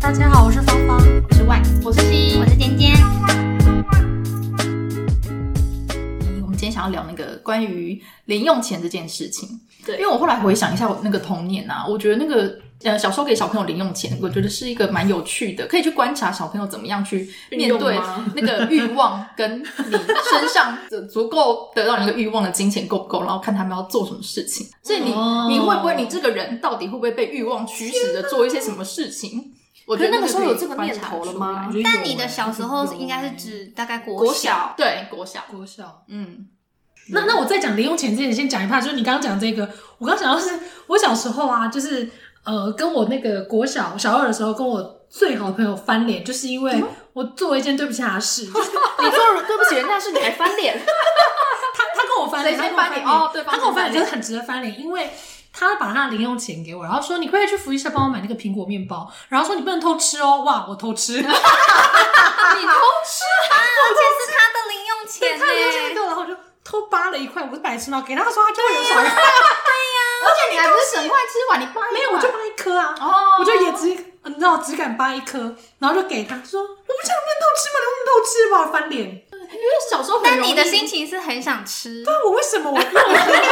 大家好，我是芳芳。我是 Y，我是 C，我是尖尖。我们今天想要聊那个关于零用钱这件事情，对因为我后来回想一下我那个童年啊，我觉得那个呃小时候给小朋友零用钱，我觉得是一个蛮有趣的，可以去观察小朋友怎么样去运面用对吗那个欲望，跟你身上的足够得到你那个欲望的金钱够不够，然后看他们要做什么事情。所以你、哦你会不会你这个人到底会不会被欲望驱使着做一些什么事情？我觉可得是那个可时候以有这个观念察头了出吗来？但你的小时候是应该是指大概国国小啊小，对国小，国小。嗯，那那我在讲零用钱之前，先讲一趴，就是你刚刚讲这个，我刚想到是我小时候啊，就是呃，跟我那个国小小二的时候，跟我最好的朋友翻脸，就是因嗯为我做了一件对不起他的事，就是你做对不起人家是你还翻 脸，他他跟我翻脸，谁先他翻跟脸我脸哦对方他跟我先翻翻脸，就是很值得翻脸，因为他把他的零用钱给我，然后说你快去福利社帮我买那个苹果面包，然后说你不能偷吃哦，哇，我偷吃，你他偷吃，而且是他的零用钱零用钱呢、给我，然后我就偷扒了一块，我是白痴吗？给他说他就会有少一块，而且你还不是整块吃完，你扒没有，我就扒一颗啊，哦，我就也只你知道只敢扒一颗，然后就给他说我不想能偷吃吗？你不能偷吃吧，把我翻脸。因为小时候很但容易你的心情是很想吃，那我为什么我？我现在已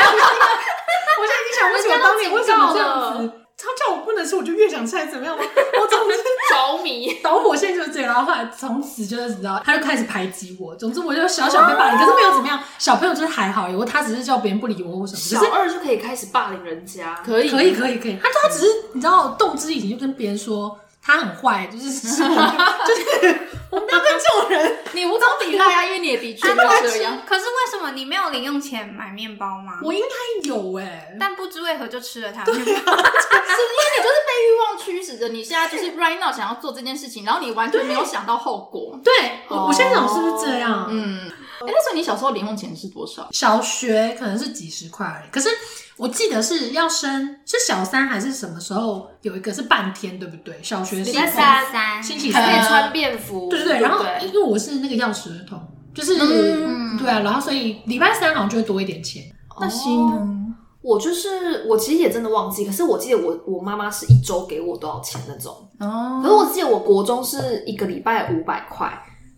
经想不起我当年为什么这样子。他叫我不能吃，我就越想吃，还是怎么样吗？我总之着迷，导火线就是这个，然后后来从此就是知道，他就开始排挤我。总之我就小小被霸凌，可是没有怎么样。小朋友就是还好，我他只是叫别人不理我或什么，只小是二就可以开始霸凌人家，可以可以，可以，可以。他他只是你知道，动之以情就跟别人说他很坏，就是 就是 我们不要跟这种人。你无从抵赖啊，因为你也的确啊没有这样。可是为什么你没有零用钱买面包吗？我应该有哎、但不知为何就吃了它。对是因为你就是被欲望驱使着，你现在就是 right now 想要做这件事情，然后你完全没有想到后果。对，我我现在想是不是这样？嗯，哎、那时候你小时候零用钱是多少？小学可能是几十块而已，可是我记得是要升是小三还是什么时候有一个是半天，对不对？小学是礼拜从三三，星期还三可以穿便服，呃对对对，不然后因为我是那个钥匙儿童，就是、嗯对啊，然后所以礼拜三好像就会多一点钱。那心呢？哦我就是我其实也真的忘记，可是我记得我我妈妈是一周给我多少钱那种，哦可是我记得我国中是一个礼拜五百块。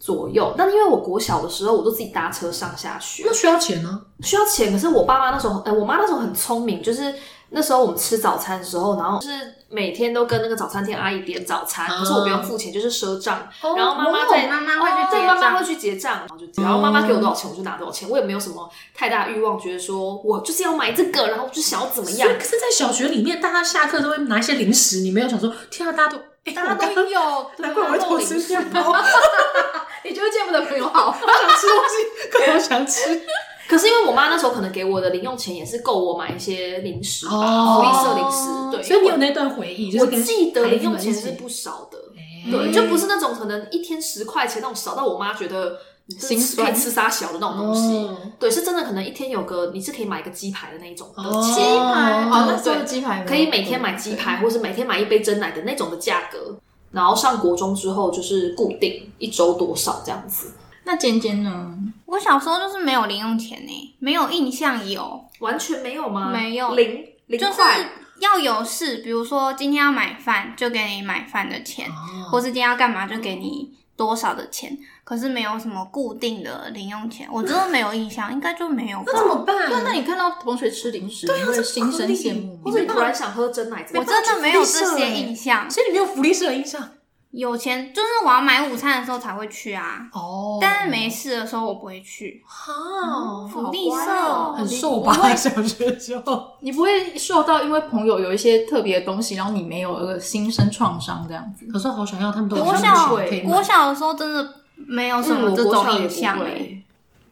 左右，但因为我国小的时候，我都自己搭车上下学那，需要钱呢？需要钱。可是我爸妈那时候，呃，我妈那时候很聪明，就是那时候我们吃早餐的时候，然后就是每天都跟那个早餐店阿姨点早餐，可是我不用付钱，就是赊账，然后妈妈在哦妈妈会去对，结妈妈账会去结账，然后就结然后妈妈给我多少钱我就拿多少钱，我也没有什么太大欲望，觉得说我就是要买这个，然后我就想要怎么所 样以，可是，在小学里面，大家下课都会拿一些零食，你没有想说，天啊，大家都，哎大家我刚都有， 难怪我会偷吃面包，我你就会见不得朋友好。想吃东西，可我想吃。 可是因为我妈那时候可能给我的零用钱也是够我买一些零食吧，哦福利社零食，对，所以你有因为那段回忆，就我是我跟记得孩子零用们一钱起是不少的，哎对，就不是那种可能一天十块钱那种少到我妈觉得你这心是酸可以吃沙小的那种东西，哦对，是真的可能一天有个你是可以买一个鸡排的那一种的哦钱。鸡排哦，那时候的鸡排可以每天买鸡排，或是每天买一杯真奶的那种的价格。然后上国中之后就是固定一周多少这样子，那尖尖呢？我小时候就是没有零用钱呢，没有印象有，完全没有吗？没有零零就是块。要有事，比如说今天要买饭，就给你买饭的钱。哦或是今天要干嘛就给你多少的钱，可是没有什么固定的零用钱，我真的没有印象，应该就没有吧那。怎么办？对，啊那你看到同学吃零食，你这会不心合生理羡慕或吗者？你突然想喝真奶，我真的没有这欸些印象，所以你没有福利社的印象有钱就是我要买午餐的时候才会去啊，哦但是没事的时候我不会去。好福利好社乖哦很你瘦不会吧？小学的时候，你不会受到因为朋友有一些特别的东西，然后你没有而心生创伤这样子。可是好想要，他们都国小有钱可以买国小的时候真的没有什嗯，么我这国种小也印象不哎、会。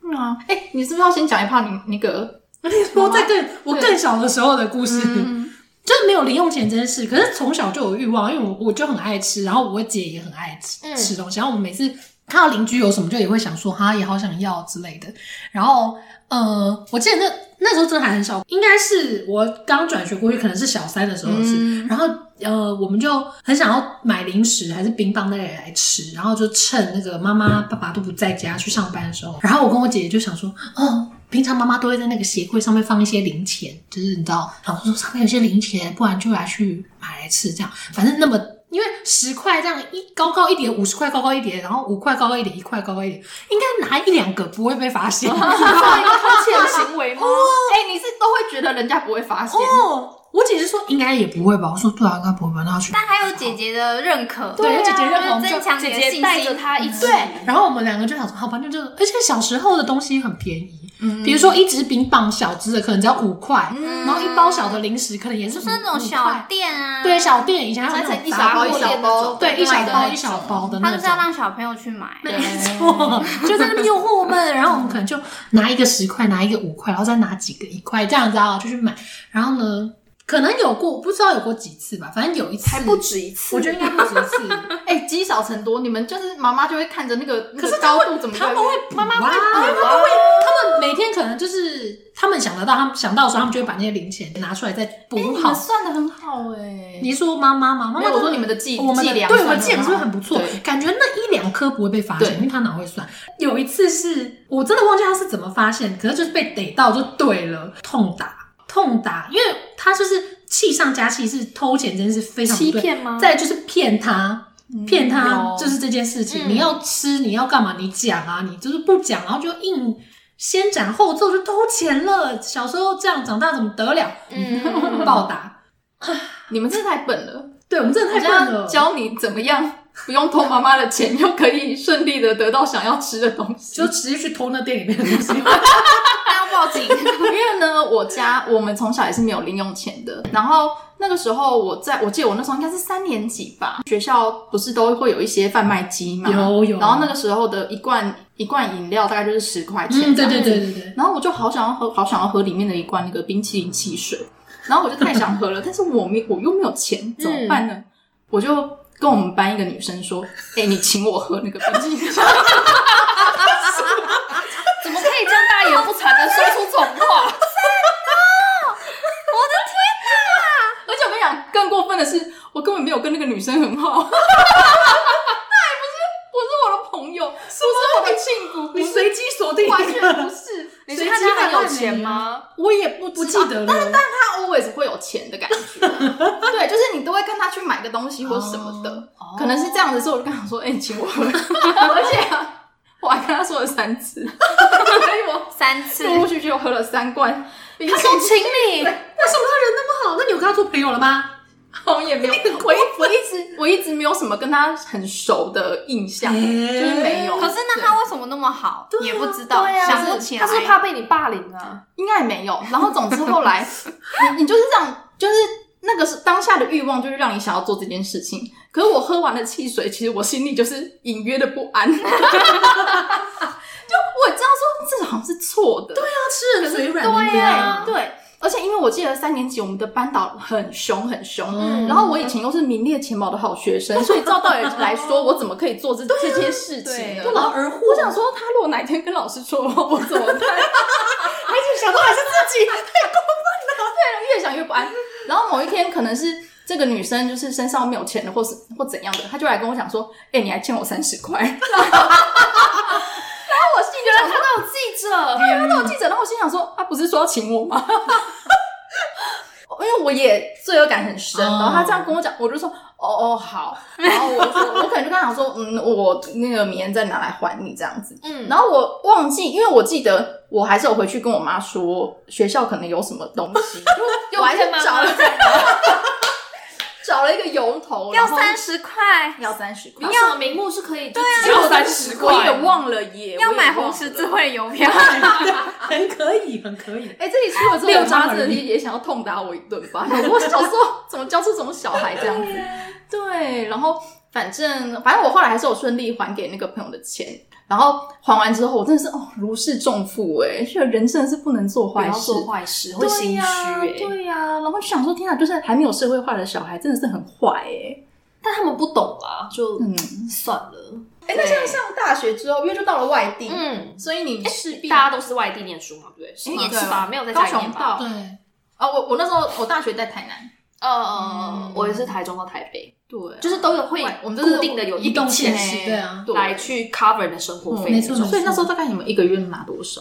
嗯啊，哎、你是不是要先讲一趴你那个？ 我在更我更小的时候的故事，就是没有零用钱这件事。可是从小就有欲望，因为我我就很爱吃，然后我姐也很爱吃、嗯吃东西，然后我们每次。看到邻居有什么，就也会想说哈，也好想要之类的。然后，呃，我记得那那时候真的还很小，应该是我刚转学过去，可能是小三的时候的事。嗯然后，呃，我们就很想要买零食还是冰棒那类来吃，然后就趁那个妈妈爸爸都不在家去上班的时候，然后我跟我姐姐就想说，哦，平常妈妈都会在那个鞋柜上面放一些零钱，就是你知道，然后说上面有些零钱，不然就拿去买来吃，这样，反正那么因为十块这样一高高一叠，五十块高高一叠，然后五块高高一叠，一块高高一叠，应该拿一两个不会被发现。算一个偷窃的行为 吗？哎、你是都会觉得人家不会发现，哦，我姐姐说应该也不会吧，我说对啊，应该不会吧，那她去。但还有姐姐的认可，对有姐姐认可我啊就是们就增强你姐的姐信带着心。他一起，对，然后我们两个就想说，好吧，那就而且小时候的东西很便宜，嗯比如说一支冰棒小支的可能只要五块，然后一包小的零食可能也是就就是那种小店啊，嗯对小店，以前嗯还有那拆种成一杂货小包店一小包小包，对哦一小包卖的一小包的他那就是种要。让小朋友去买。没错，就在那边诱惑我们，然后我们可能就拿一个十块，拿一个五块，然后再拿几个一块，这样子啊，就去买。然后呢，可能有过，不知道有过几次吧，反正有一次还嗯不，止一次。我觉得应该不止一次。哎、积少成多，你们就是妈妈就会看着那个那可是个他高会度怎么他越来们越会妈妈会，他们会，他们每天可能就是他们想得到，他们想到的时候，他们就会把那些零钱拿出来再哎补你好们。算的很好哎、你说妈妈吗？妈没妈有我说真的你们的计我们计的量对算我得计量是不是很不错对？感觉那一两颗不会被发现，对因为他哪会算？有一次是我真的忘记他是怎么发现，可是就是被逮到就对了，痛打痛打，因为他就是气上加气，是偷钱这件事非常不欺对，骗吗？再来就是骗他。骗他有就是这件事情，嗯你要吃，你要干嘛？你讲啊，你就是不讲，然后就硬先斩后奏，就偷钱了。小时候这样，长大怎么得了？嗯，暴打，你们真的太笨了，对我们真的太人笨家了。教你怎么样不用偷妈妈的钱，又可以顺利的得到想要吃的东西就。直接去偷那店里面的东西。他要 报警， 因为呢，我家我们从小也是没有零用钱的。然后那个时候，我在我记得我那时候应该是三年级吧，学校不是都会有一些贩卖机嘛，有有然后那个时候的一罐一罐饮料大概就是十块钱，嗯，对对对。对对，然后我就好想要喝，好想要喝里面的一罐那个冰淇淋汽水，然后我就太想喝了，但是我没我又没有钱，怎么办嗯呢？我就跟我们班一个女生说：“哎、你请我喝那个冰淇淋汽水。”怎么可以这样大言不惭的说出这 种话？而且我跟你讲，更过分的是，我根本没有跟那个女生很好，那还不是不是我的朋友，不是我的亲姑，你随机锁定完全不是。你随是机看他很贩卖有钱你啊吗？我也不不记得了。他 always 会有钱的感觉，对，就是你都会跟他去买个东西或什么的， 可能是这样子，所以我就跟他说：“哎、你请我喝。”而且啊、我还跟他说了三次，所以我三次 陆陆续续又喝了三罐冰淇淋， 送请你，啊为什么他人那么好？那你有跟他做朋友了吗？好像也没有，我一我一直我一直没有什么跟他很熟的印象，哎就是没有。可是那他为什么那么好？也不知道，想不起来。啊他是不是怕被你霸凌 啊？应该也没有。然后总之后来，你你就是这样，就是那个是当下的欲望，就是让你想要做这件事情。可是我喝完了汽水，其实我心里就是隐约的不安，就我知道说这好像是错的，对他吃人嘴软的对啊呀。对。而且因为我记得三年级我们的班导很凶很凶，嗯然后我以前又是名列前茅的好学生，所以照道理来说，我怎么可以做这、这些事情呢？不劳而获，我想说，他如果哪一天跟老师说我，我怎么办？ 而且想到还是自己， 啊越想越不安。然后某一天，可能是这个女生就是身上没有钱了，或是或怎样的，她就来跟我讲说：“哎、你还欠我三十块。” 然后我心里就在看到有记者，对，看到有记者，然后我心想说：“啊他不是说要请我吗？” 因为我也罪恶感很深，哦然后他这样跟我讲，我就说哦哦好，然后我就说我可能就跟他讲说，嗯，我那个明天再拿来还你这样子，嗯然后我忘记，因为我记得我还是有回去跟我妈说学校可能有什么东西，就 我还是找了找了一个由头，要然后三十块，要三十块有，什么名目是可以就啊只结果有三十我也块？忘了耶，要我也买忘红了十字。会邮票。很可以，很可以。哎、这里出了之后，六我张妈真的而已也也想要痛打我一顿吧。 我小时候怎么教出这种小孩这样 子？对，然后反正反正我后来还是有顺利还给那个朋友的钱，然后还完之后，我真的是哦如释重负哎、欸，觉得人真的是不能做不坏要事，做坏事，会对心虚呀，哎。对呀、然后就想说，天啊，就是还没有社会化的小孩真的是很坏哎、但他们不懂啦，就嗯算了。哎、那像上大学之后，因为就到了外地，嗯，所以你势必大家都是外地念书嘛，对不对？啊是吗也是吧？没有在高家里雄念吧？到啊、对，我我那时候我大学在台南，呃，我也是台中到台北，对就就是是都有会我们就是固定的有移一动笔现钱实，对啊。对来去 cover 你的生活费嗯没那错种。没错所以那时候大概你们一个月拿多少？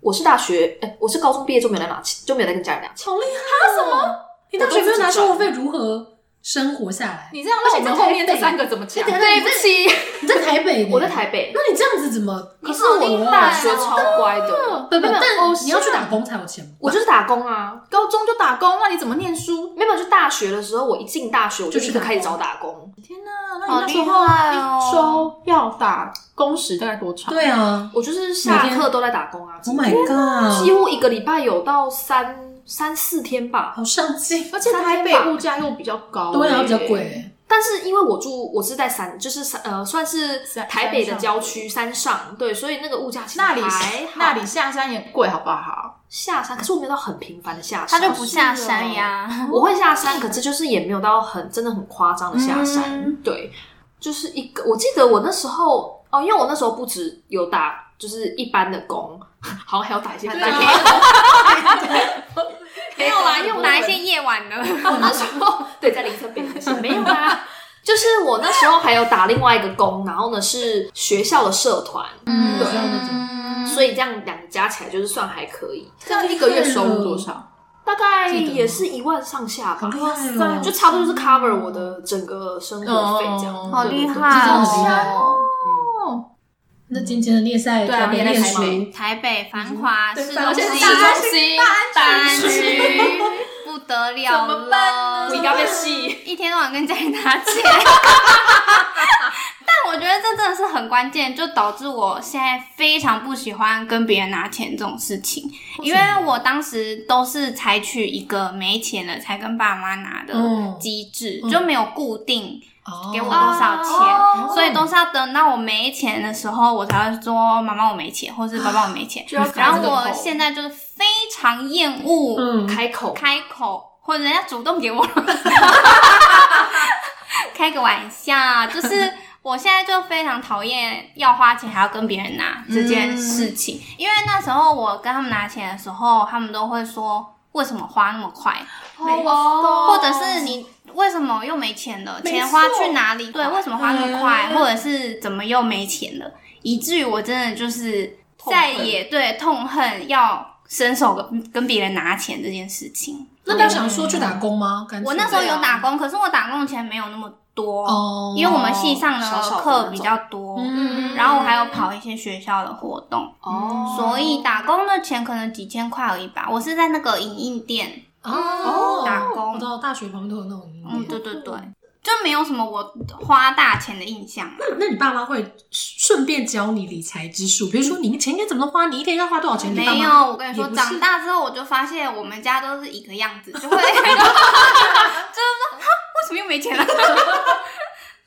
我是大学，哎，我是高中毕业就没有来拿钱，就没有再跟家里拿钱。好厉害！什么？你大学没有拿生活费如何生活下来。你这样，那我在们后台面这北三个怎么讲？对不起，你在台北呢，我在台北，那你这样子怎么？可可是我大学超乖的，不不，没有但偶你要去像打工才有钱吗？我就是打工啊。高中就打工，那你怎么念书？没有，就大学的时候，我一进大学我就就去立打刻工开始找打工。天哪，那好你那时厉害候一哦周要打工时大概多长？对啊我就是每下天课都在打工啊， ，Oh my god，几乎一个礼拜有到三三四天吧。好上进。而且台北物价又比较高、对啊，欸比较贵。欸。但是因为我住我是在山，就是山呃算是山台北的山上郊区山上，对，所以那个物价其实那里还好那里下山也贵，好不好？下山，可是我没有到很频繁的下他山，啊就不下山呀。我会下山，可是就是也没有到很真的很夸张的下山。嗯对，就是一个，我记得我那时候哦，因为我那时候不止有打就是一般的工， 好像还要打一些对打啊黑没有啦，因为我哪一些夜晚呢？我那时候对在凌晨北京没有啦。 就是我那时候还有打另外一个工，然后呢是学校的社团，嗯，嗯我知道那种。所以这样两个加起来就是算还可以，这样一个月收入多 少？大概记得吗也是一万上下吧很，厉害哦就差不多就是 cover 我的整个生活费这样。哦好对厉对对害这真的很厉害哦！哦，那今天的列赛，对啊台北念列赛台书，台北繁华对市繁华中而且心市中心大安区，不得了怎么办了！呢我应该被戏。一天到晚跟家里拿钱。 但我觉得这真的是很关键，就导致我现在非常不喜欢跟别人拿钱这种事情，因为我当时都是采取一个没钱了才跟爸妈拿的嗯机制，嗯就没有固定哦给我多少钱，哦所以都是要等到我没钱的时候，我才会说妈妈我没钱，或是爸爸我没 钱。就要然卡这后个我口现在就是非常厌恶嗯，开口，开口，或者人家主动 给我，开个玩笑， 就是我现在就非常讨厌要花钱还要跟别人拿这件事情，因为那时候我跟他们拿钱的时候，他们都会说为什么花那么快，哦或者是你为什么又没钱了？没钱错花去哪里？对，为什么花那么快？嗯或者是怎么又没钱了？以至于我真的就是痛恨再也对痛恨要伸手跟跟别人拿钱这件事情。那你有想说去打工吗？干脆我那时候有打工，可是我打工的钱没有那么多，哦，因为我们系上少少的的那课种比较多，嗯然后我还有跑一些学校的活动，哦所以打工的钱可能几千块而已吧。我是在那个影印店，哦打工我到大学旁边都有那种营嗯，业。对对对，就没有什么我花大钱的印象啊啦。那你爸妈会顺便教你理财之术，比如说你钱应该怎么花，你一天要花多少钱？你爸妈没有，我跟你也说，不是长大之后我就发现我们家都是一个样子，就 会就是说，哈，为什么又没钱了？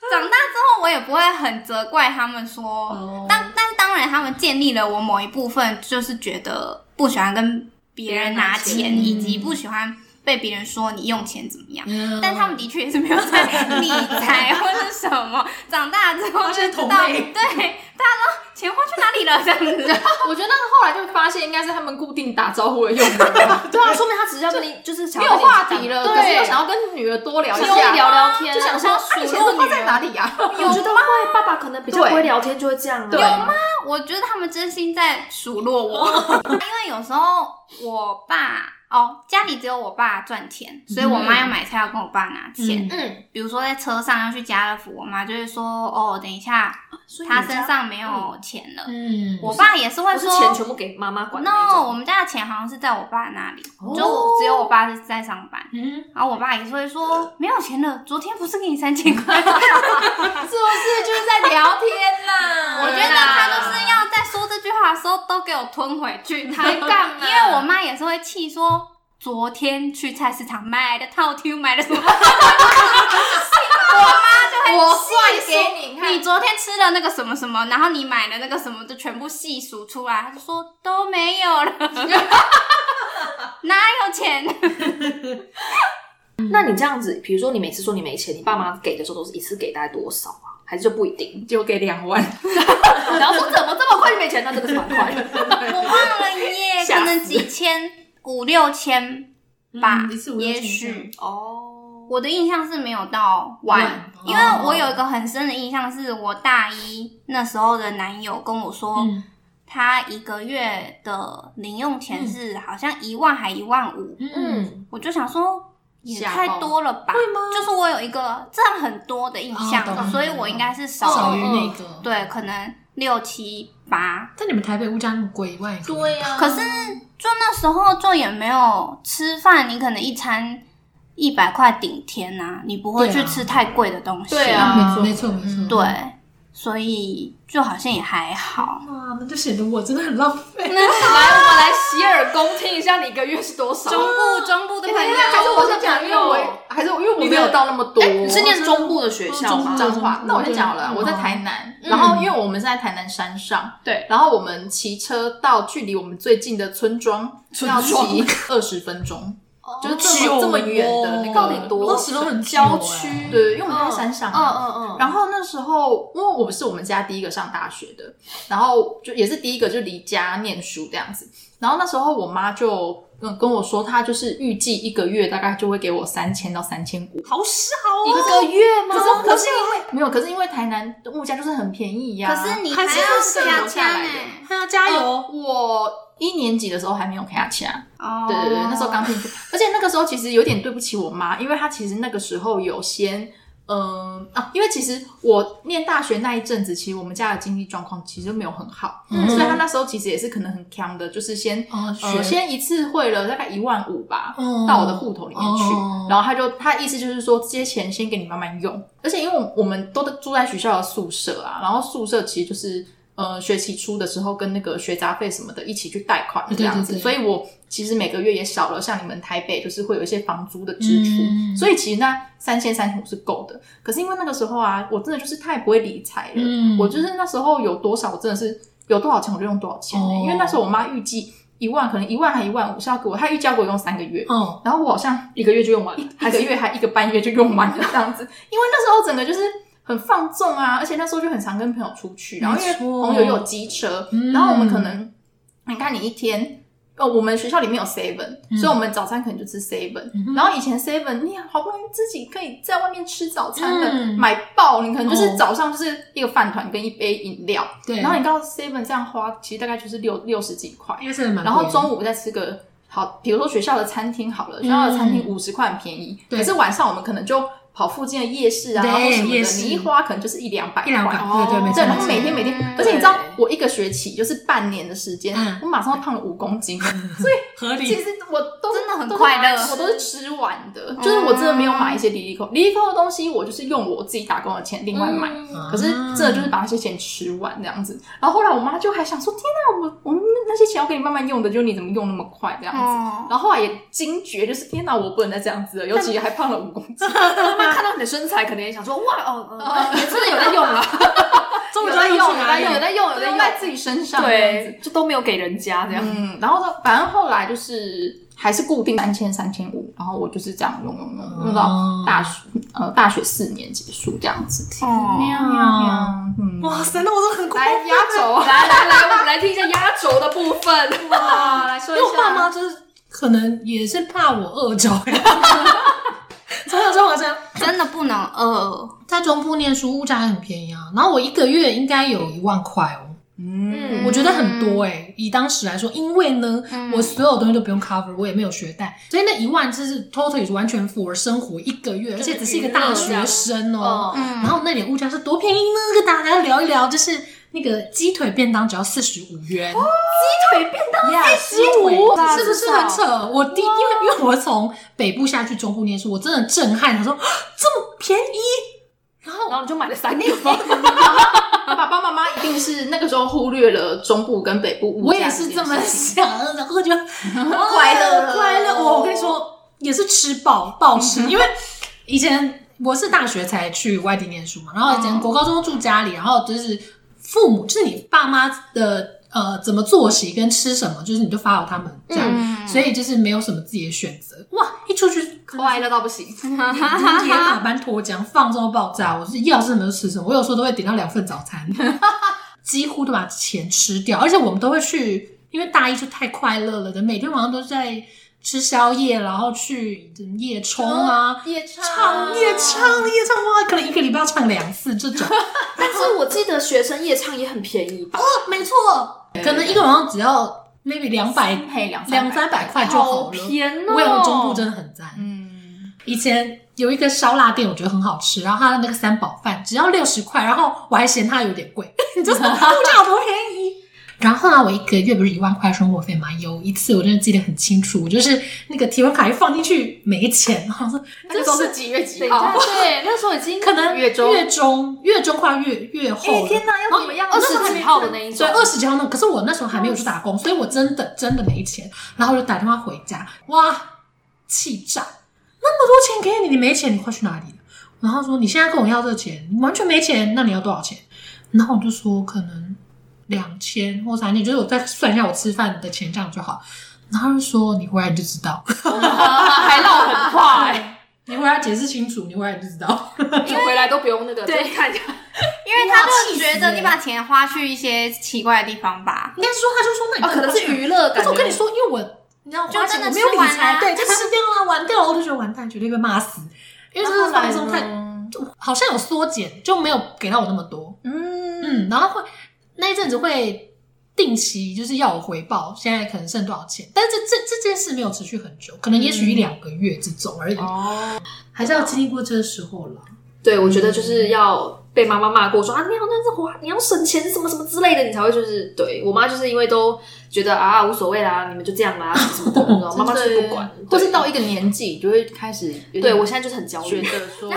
长大之后我也不会很责怪他们哦说，当、但是当然他们建立了我某一部分，就是觉得不喜欢跟别人拿钱，别人拿钱以及不喜欢被别人说你用钱怎么样。嗯，但他们的确也是没有在理财或是什么，长大 之后就知道，同对，类大家说钱花去哪里了这样子。我觉得后来就发现应该是他们固定打招呼的用法，对啊，说明他只是要跟你就是 想没要有跟你话题了，对，可是又想要跟女儿多聊一想要跟下，你聊聊天，就想说，啊 数你钱落都花你在哪里啊呀？我觉得会，爸爸可能比较不会聊天，就会这样啊。对有吗？ 我觉得他们真心在数落我， 因为有时候我爸哦，家里只有我爸赚钱，所以我妈要买菜要跟我爸拿钱。嗯嗯，比如说在车上要去家乐福，我妈就会说：“哦，等一下，所以你他们身家上没有钱了。嗯，我爸也是会不是说钱全部给妈妈管的那 “No，我种。们家的钱好像是在我爸那里，哦就我只有我爸是在上班。”嗯，然后我爸也是会说：“没有钱了，昨天不是给你三千块？”是不是 就是在聊天 呐？我觉得他就是要在说这句话的时候都给我吞回去，他干嘛？因为我妈也是会气说，昨天去菜市场买的套 Q 买的什么， 我妈就我会算细给给你看你昨天吃的那个什么什么，然后你买的那个什么，就全部细数出来，她就说都没有了， 哪有钱？ 那你这样子，比如说你每次说你没钱，你爸妈给的时候都是一次给大概多少啊？还是就不一 定？就给两万，然后说怎么这么快就没钱？那这个是蛮快 的。我忘了耶，吓可死能几千五六千吧嗯一次，五六也千这许样。嗯哦，我的印象是没有到万万，因为我有一个很深的印象，是我大一那时候的男友跟我说，嗯他一个月的零用钱是好像一万还一万五，嗯嗯，我就想说。也吓太爆多了吧？会吗就是我有一个占很多的印象，哦懂嗯所以我应该是少少于于、那个。对，可能六七八。但你们台北物价那么贵，一万也可以对啊呀、可是就那时候就也没有吃饭，你可能一餐一百块顶天啊，你不会对啊去吃太贵的东西。对啊啊，没错没错。嗯对，所以就好像也还好。哇，那就显得我真的很浪费。 来，我们来洗耳恭听一下，你一个月是多少？部中部的哎等一下还是我先讲，因为我还是因为我没有哎到那么多。你是念中部的学校中吗？彰部化，那我先讲好了，嗯我在台南，然后因为我们是在台南山上，对，然后我们骑车到距离我们最近的村庄村要庄骑二十分钟，就是这久么这么远的，那个哦到底多二十都很久郊欸区对，因为我们在山上嗯嘛，嗯嗯，然后那时候，因为我是我们家第一个上大学的，然后就也是第一个就离家念书这样子。然后那时候我妈就嗯跟我说，她就是预计一个月大概就会给我三千到三千五。好少一哦，个月吗可是可可是是因哦为没有，可是因为台南的物价就是很便宜呀、可是你还还是要要加留下枪来的哎、还要加呃油，我一年级的时候还没有开起来，哦，对对对，那时候刚进去，而且那个时候其实有点对不起我妈，因为她其实那个时候有先。嗯啊，因为其实我念大学那一阵子，其实我们家的经济状况其实没有很好，嗯所以她那时候其实也是可能很强的，就是先、哦学呃先一次汇了大概一万五吧，嗯到我的户头里面去，哦然后她就她意思就是说这些钱先给你慢慢用，而且因为我们都住在学校的宿舍啊，然后宿舍其实就是呃学期初的时候跟那个学杂费什么的一起去贷款对这对样子，对对所以我其实每个月也少了像你们台北就是会有一些房租的支出，嗯所以其实那三千三千五是够的。可是因为那个时候啊，我真的就是太不会理财了，嗯我就是那时候有多少，我真的是有多少钱我就用多少钱、欸哦因为那时候我妈预计一万，可能一万还一万五是要给我，她预计要给我用三个月。哦，然后我好像一个月就用完 了，一个月 还一个半月就用完了这样子， 因为那时候整个就是很放纵啊，而且那时候就很常跟朋友出去，然后因为没错朋友又有机车，嗯然后我们可能你看你一天。哦，我们学校里面有 seven，、嗯所以我们早餐可能就吃 seven、哼然后以前 seven，你好不容易自己可以在外面吃早餐了，嗯买爆，你可能就是哦早上就是一个饭团跟一杯饮料，对，然后你到 seven 这样花，其实大概就是六六十几块。应该是蛮贵的，然后中午再吃个好，比如说学校的餐厅好了，学校的餐厅五十块很便宜，嗯对可是晚上我们可能就跑附近的夜市啊，对或什么的，夜市你一花可能啊就是一两百一两百，块。哦对对，没错，对，然后没每错天每天嗯，而且你知道，我一个学期就是半年的时间嗯，我马上胖了五公斤，所合以其理，实我都真的很都是快乐我都是吃完的，哦就是我真的没有买一些离离扣离离扣的东西，我就是用我自己打工的钱另外嗯买，啊可是真的就是把那些钱吃完这样子。然后后来我妈就还想说：“天哪，我我们那些钱要给你慢慢用的，就你怎么用那么快这样子？”哦然后后来也惊觉，就是天哪，我不能再这样子了，尤其还胖了五公 斤。妈妈看到你的身材，可能也想说，哇哦，呃 也真的有在用啊了， 中午有就要在用，有在来用，有用，在用，有都在用用，啊在自己身上，这样子。对，就都没有给人家这样。 嗯，然后呢，反正后来就是还是固定三千三千五，然后我就是这样用用用用到大学，呃，大学四年结束这样子。哦，哇嗯，哇塞，那我真的很快来压轴啊！来来来，我们来听一下压轴的部 分。哇，来说因为我爸妈就是可能也是怕我饿着， 从小就好像真的不能饿，在中部念书，物价也很便宜啊。然后我一个月应该有一万块哦，嗯，我觉得很多哎、以当时来说，因为呢，嗯我所有东西都不用 cover，我也没有学贷，所以那一万就是 totally 是完全 for 生活一个月，而且只是一个大学生哦。嗯，然后那点物价是多便宜呢？跟大家聊一聊，就是那个鸡腿便当只要四十五元，腿变大四十五是不是很扯？我第因为因为我从北部下去中部念书，我真的震撼，他说啊这么便宜，然后然后你就买了三个。爸爸妈妈一定是那个时候忽略了中部跟北部物我价也件事是情，这 么想，然后就快乐了快乐。我我跟你说，也是吃饱暴吃，因为以前我是大学才去外地念书嘛，然后以前国高中住家里，然后就是父母，就是你爸妈的呃怎么作息跟吃什么，就是你就 follow 他们这样，嗯 所以就是没有什么自己的选择。哇，一出去快乐到不行，今天打扮脱缰，放纵到爆 炸。我是要什么就吃什么，我有时候都会点到两份早餐， 几乎都把钱吃掉。而且我们都会去，因为大一就太快乐了的，每天晚上都在吃宵夜，然后去夜冲啊。 夜唱唱夜唱夜唱哇，可能一个礼拜要唱两次这种，但是我记得学生夜唱也很便宜 吧？ 没错，可能一个晚上只要 maybe 两百配两两三三百块就好了。哦便我有中部真的很赞，嗯，以前有一个烧腊店，我觉得很好吃，然后它的那个三宝饭只要六十块，然后我还嫌它有点贵， 你就是物价多便宜。然后呢，我一个月不是一万块生活费嘛？有一次我真的记得很清楚，我就是那个提款卡一放进去没钱，然后 说那个时候是几月几等一下，号？ 对，那时候已经可能月中，月中月中快月月后了，天哪，要怎么样？二十几号的那一所种以，二十几号那，可是我那时候还没有去打工，所以我真的真的没钱，然后我就打电话回家，哇，气炸！那么多钱给你，你没钱，你快去哪里了？然后说你现在跟我要这钱，你完全没钱，那你要多少钱？然后我就说可能两千或三千，就是我再算一下我吃饭的钱这样就好。然后他就说你回来你就知道，啊还唠 很快，你回来解释清楚，你回来你就知道。就回来都不用那个， 对就看一下。因为他就觉哇气死得了你把钱花去一些奇怪的地方吧。 应该是说他就说那你哦，可能是娱乐啊可感觉。是我跟你说，因为我你知道，就花钱真的我没有吃理完财，啦对，就吃掉了，玩掉了，我就觉得完蛋，绝对被骂死。因为这是啊放松太，就好像有缩减，就没有给到我那么多。嗯，嗯，然后会那一阵子会定期就是要我回报，现在可能剩多少钱，但是这这这件事没有持续很久，可能也许一两个月这种而已，哦，嗯还是要经历过这个时候 了。对，我觉得就是要被妈妈骂过说啊，你好像是花，你要省钱什么什么之类的，你才会就是对我妈就是因为都觉得啊无所谓啦，你们就这样啦，什么什么的，你知道吗妈妈就是不 管，或对哦是到一个年纪就会开始有点对我现在就是很焦觉虑。得 说，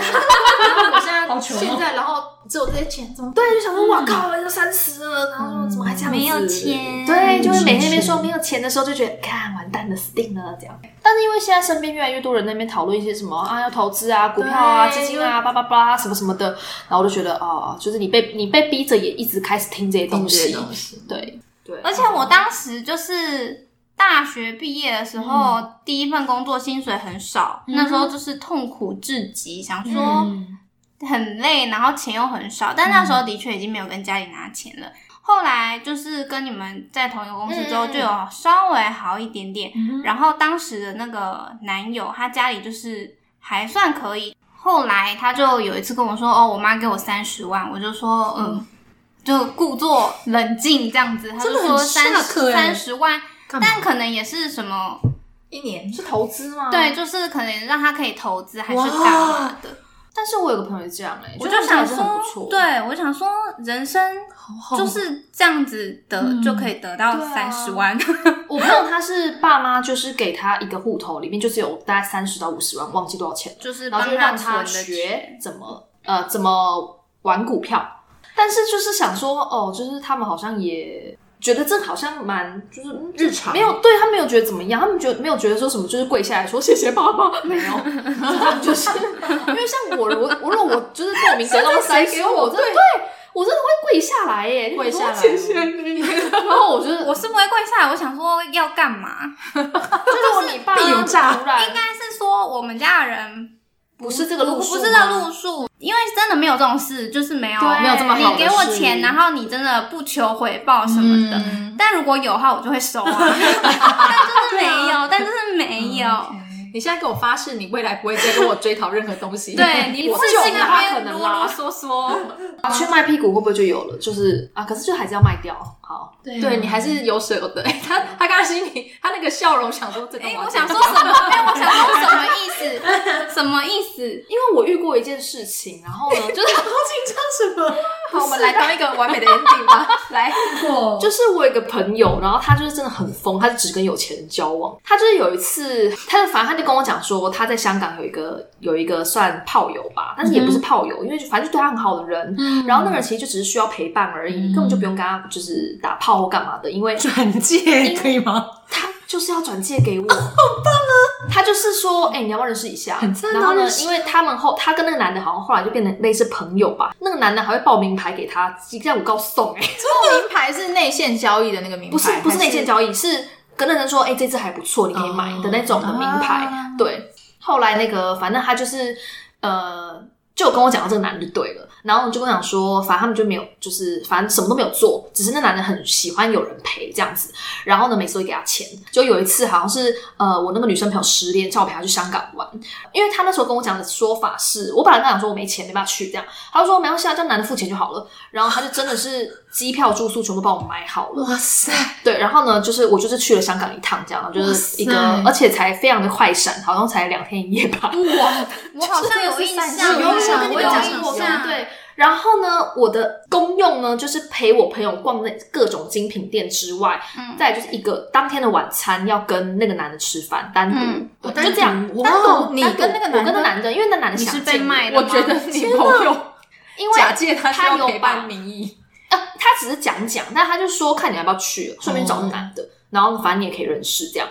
我现在好穷哦现在然后只有这些钱，怎么办？对，就想说，哇靠，要三十了，然后说怎么还这样子？没有钱对，就会每天那边是说是没有钱的时候，就觉得看完蛋了，死定了这样。嗯但是因为现在身边越来越多人在那边讨论一些什么啊，要投资啊、股票啊、对基金啊、叭叭叭什么什么的，然后我就觉得哦，就是你被你被逼着也一直开始听这些东西，西，对对，而且我当时就是大学毕业的时候，嗯第一份工作薪水很少，那时候就是痛苦至极，想说嗯，很累，然后钱又很少，但那时嗯候的确已经没有跟家里拿钱了。后来就是跟你们在同一个公司之后，嗯嗯嗯就有稍微好一点点。嗯然后当时的那个男友，他家里就是还算可以。后来他就有一次跟我说：“哦，我妈给我三十万。”我就说：“嗯，就故作冷静这样子。”他就真的说很三 shock 欸三十万，干嘛但可能也是什么一年是投资吗？对，。就是可能让他可以投资还是哇干嘛的。但是我有个朋友是这样哎，我觉得就他们想家也是很不错说，，对我想说，人生好就是这样子的，嗯就可以得到对啊三十万。 我朋友他是爸妈就是给他一个户头，里面就是有大概三十到五十万，忘记多少钱了。就是然后帮就让存他的钱，学怎么呃怎么玩股票。但是就是想说，哦，就是他们好像也觉得这好像蛮就是嗯日常没有对他没有觉得怎么样，他们觉得没有觉得说什么，就是跪下来说谢谢爸爸，没有，就是他们就是因为像我，我我如果我就是透明得到三十，我真的对我真的会跪下来耶，跪下来谢谢你，然后我就是 我是不会跪下来。我想说要干嘛？就是你爸必有诈突然应该是说我们家的人不是这个路不数吗，不是这路数，因为真的没有这种事，就是没有对没有这么好的你给我事钱，然后你真的不求回报什么的。嗯但如果有的话，我就会收 啊。但就是没 有，但就是没有。你现在给我发誓，你未来不会再跟我追讨任何东西。 对你一我次就性的没有可边能啰啦啰嗦嗦，啊去卖屁股会不会就有了？就是啊，可是就还是要卖掉，好。对啊对你还是有舍 有得。他他刚才心里他那个笑容想说，这个哎、要我剪想说什么？ 哎、我想说什么意思？什么意思？因为我遇过一件事情，然后呢， 就 是紧张什么？好，我们来啊当一个完美的 ending 吧。来，我就是我有一个朋友，然后他就是真的很疯，他就只跟有钱人交往。他就是有一次，他就反正他就跟我讲说，他在香港有一个有一个算炮友吧，但是也嗯不是炮友，因为就反正就对他很好的人。然后那个人其实就只是需要陪伴而已，嗯根本就不用跟他就是打炮或干嘛的，因为转借可以吗？他就是要转借给我， 好棒啊！他就是说，哎、你要不要认识一下？很赞啊然后呢认，识因为他们后，他跟那个男的好像后来就变成类似朋友吧。那个男的还会报名牌给他，让我告送、哎，名牌是内线交易的那个名牌，不是不是内线易。交易，是跟那人说，哎、这只还不错，你可以买的那种的名牌。啊对，后来那个反正他就是呃。就有跟我讲到这个男的就对了，然后我就跟我讲说，反正他们就没有，就是反正什么都没有做，只是那男的很喜欢有人陪这样子，然后呢每次都给他钱。就有一次好像是呃我那个女生朋友失恋，叫我陪她去香港玩，因为她那时候跟我讲的说法是，我本来跟她讲说我没钱没办法去这样，她就说没关系啊，叫男的付钱就好了，然后她就真的是机票住宿全部帮我买好了，哇塞，对，然后呢，就是我就是去了香港一趟，这样就是一个哇塞，而且才非常的快闪，好像才两天一夜吧。哇，我好像有印是象，有印象我有我有讲印过，象对。然后呢，我的功用呢，就是陪我朋友逛那各种精品店之外，嗯再来就是一个当天的晚餐要跟那个男的吃饭，单独，嗯对单就这样。独单哇独，你单独跟那个我男跟那的男的，因为那男的你想是见被卖的我吗觉得你朋友因为假借他是他要有陪把伴名义，呃，他只是讲讲，但他就说看你要不要哦去，顺便找个男的，然后反正你也可以认识这样。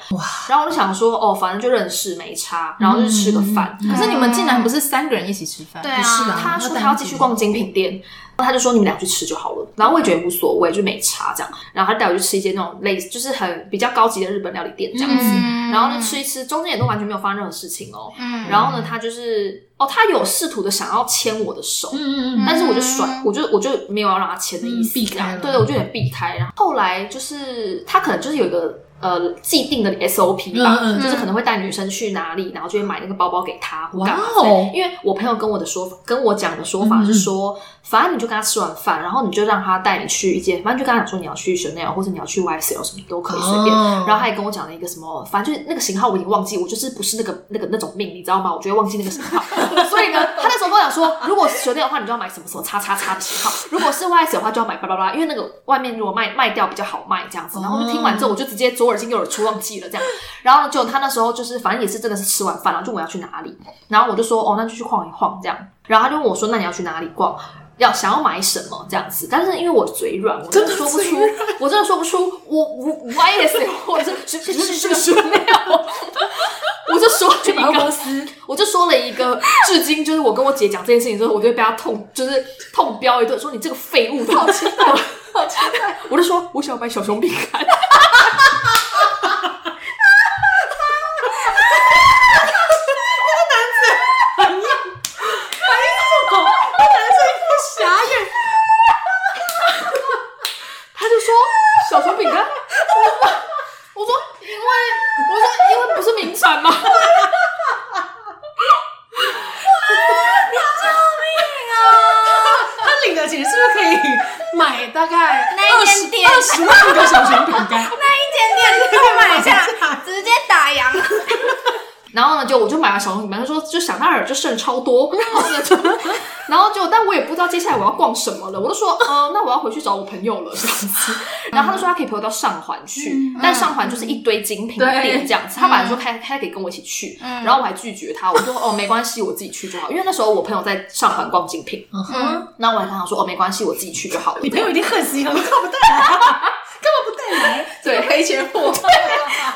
然后我就想说，哦，反正就认识没嗯差，然后就吃个饭。可是你们竟然不是三个人一起吃饭，对不是啊啊，他说他要继续逛精品店，然后他就说你们俩去吃就好了。然后我也觉得无所谓，就没差这样。然后他带我去吃一些那种类似就是很比较高级的日本料理店这样子，嗯然后就吃一吃，中间也都完全没有发生任何事情哦。嗯然后呢，他就是哦，他有试图的想要牵我的手，嗯嗯嗯，但是我就甩嗯，我就我就没有要让他签的意思，嗯避开了对对，我就有点避开。然后后来就是他可能就是有一个呃既定的 SOP 吧，嗯嗯就是可能会带女生去哪里，然后就会买那个包包给她或哇干嘛之类的。哦，嗯因为我朋友跟我的说法，跟我讲的说法是说，反正你就跟他吃完饭，然后你就让他带你去一间，反正就跟他讲说你要去 Chanel 或者你要去 YSL 什么都可以随便。哦然后他也跟我讲了一个什么，反正就是那个型号我已经忘记，我就是不是那个那个那种命，你知道吗？我就会忘记那个型号。所以呢，他那时候跟我讲说，如果是 Chanel 的话，你就要买什么什么叉叉叉的型号；如果是 YSL 的话，就要买巴拉巴拉，因为那个外面如果卖卖掉比较好卖这样子。然后我就听完之后，我就直接左耳进右耳出，忘记了这样。然后就他那时候就是反正也是真的是吃完饭，然后就问我要去哪里，然后我就说哦，那就去晃一晃这样。然后他就问我说，那你要去哪里逛？要想要买什么这样子，但是因为我嘴软，我真的说不出， 我真的说不出，我我 我 YSL 或者是是是是是那样， 我就说了一百货公个，司我就说了一个，至今就是我跟我姐讲这件事情之后，我就被她痛，就是痛飙一顿，说你这个废物，好期待， 好期待，我就说我想要买小熊饼干， 傻眼，他就说小熊饼干， 我说我说因为我说因为不是名产吗？他领的钱是不是可以买大概那二一十间店二十万个小熊饼干？那一间店去买下， 直接打烊。然后呢，就我就买了小熊饼干，他说就想当然就剩超多， 然后呢就，然后就但我也不知道接下来我要逛什么了，我就说，呃，那我要回去找我朋友了这样子。然后他就说他可以陪我到上环去，但上环就是一堆精品店对这样子。他本来说开开可以跟我一起去，然后我还拒绝他，我说哦没关系，我自己去就好，因为那时候我朋友在上环逛精品，嗯哼，那我还跟他说哦没关系，我自己去就好了。你朋友一定恨死你了，你干嘛不带来啊？干嘛不带来？ 对赔钱货，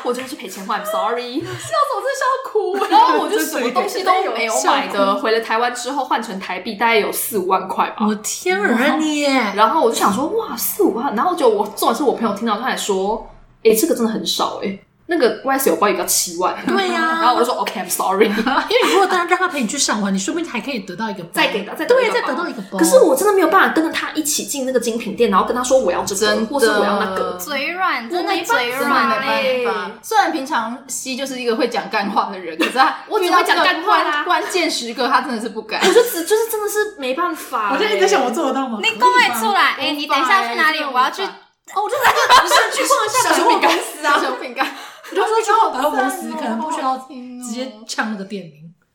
我真的是赔钱货，I'm sorry。我真是要哭。然后我就什么东西都没有买的，回了台湾之后换成台币大概有四五万块 吧。我天啊你！然后我就想说，哇，四五万。然后就我重点是我朋友听到他还说，诶，这个真的很少诶，那个 YSL 包也要七万。对呀 然后我就说 OK，I'm、sorry，因为你如果当然让他陪你去上环，你说不定还可以得到一个包再给他，再得对，一个再包得到一个包。可是我真的没有办法跟着他一起进那个精品店，然后跟他说我要这个，真的或是我要那个。嘴软，我真的没办法嘴真的软没嘞。办 法。虽然平常西就是一个会讲干话的人，可是他我只遇到会讲这个干话啦关关键时刻，他真的是不敢我。就只就是真的是没办法、我现在一直在想，我做得到吗？你跟我也出来，哎，你等一下要去哪里？无法欸我要去真的哦，我就在这，不是去逛一 下百货公司啊小。熊饼干，我就说去逛百货公司，好可赞哦能不需要直接哦好好呛那个店名。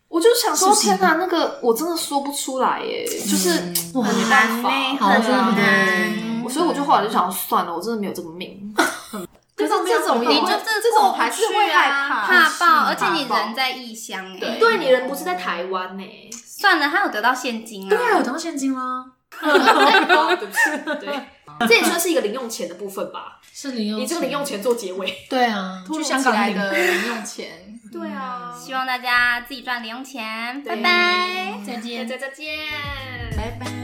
我就想说，是不是天哪，那个我真的说不出来耶，就是哇很难难呢法。，好很真的很难。所以我就后来就想，算了，我真的没有这个命。 可是这种你也就会这这种还是会害怕，怕啊怕爆，是而且你怕爆人在异乡哎。对对，你人不是在台湾呢、算了，他有得到现金啊。对啊，有得到现金啦，对不起， 对， 这也算是一个零用钱的部分吧。是零用。以这个零用钱做结尾。对啊，突去如香其港来领的零用钱，对 啊希望大家自己赚零用钱，拜对拜，再再见大。家再见。拜拜。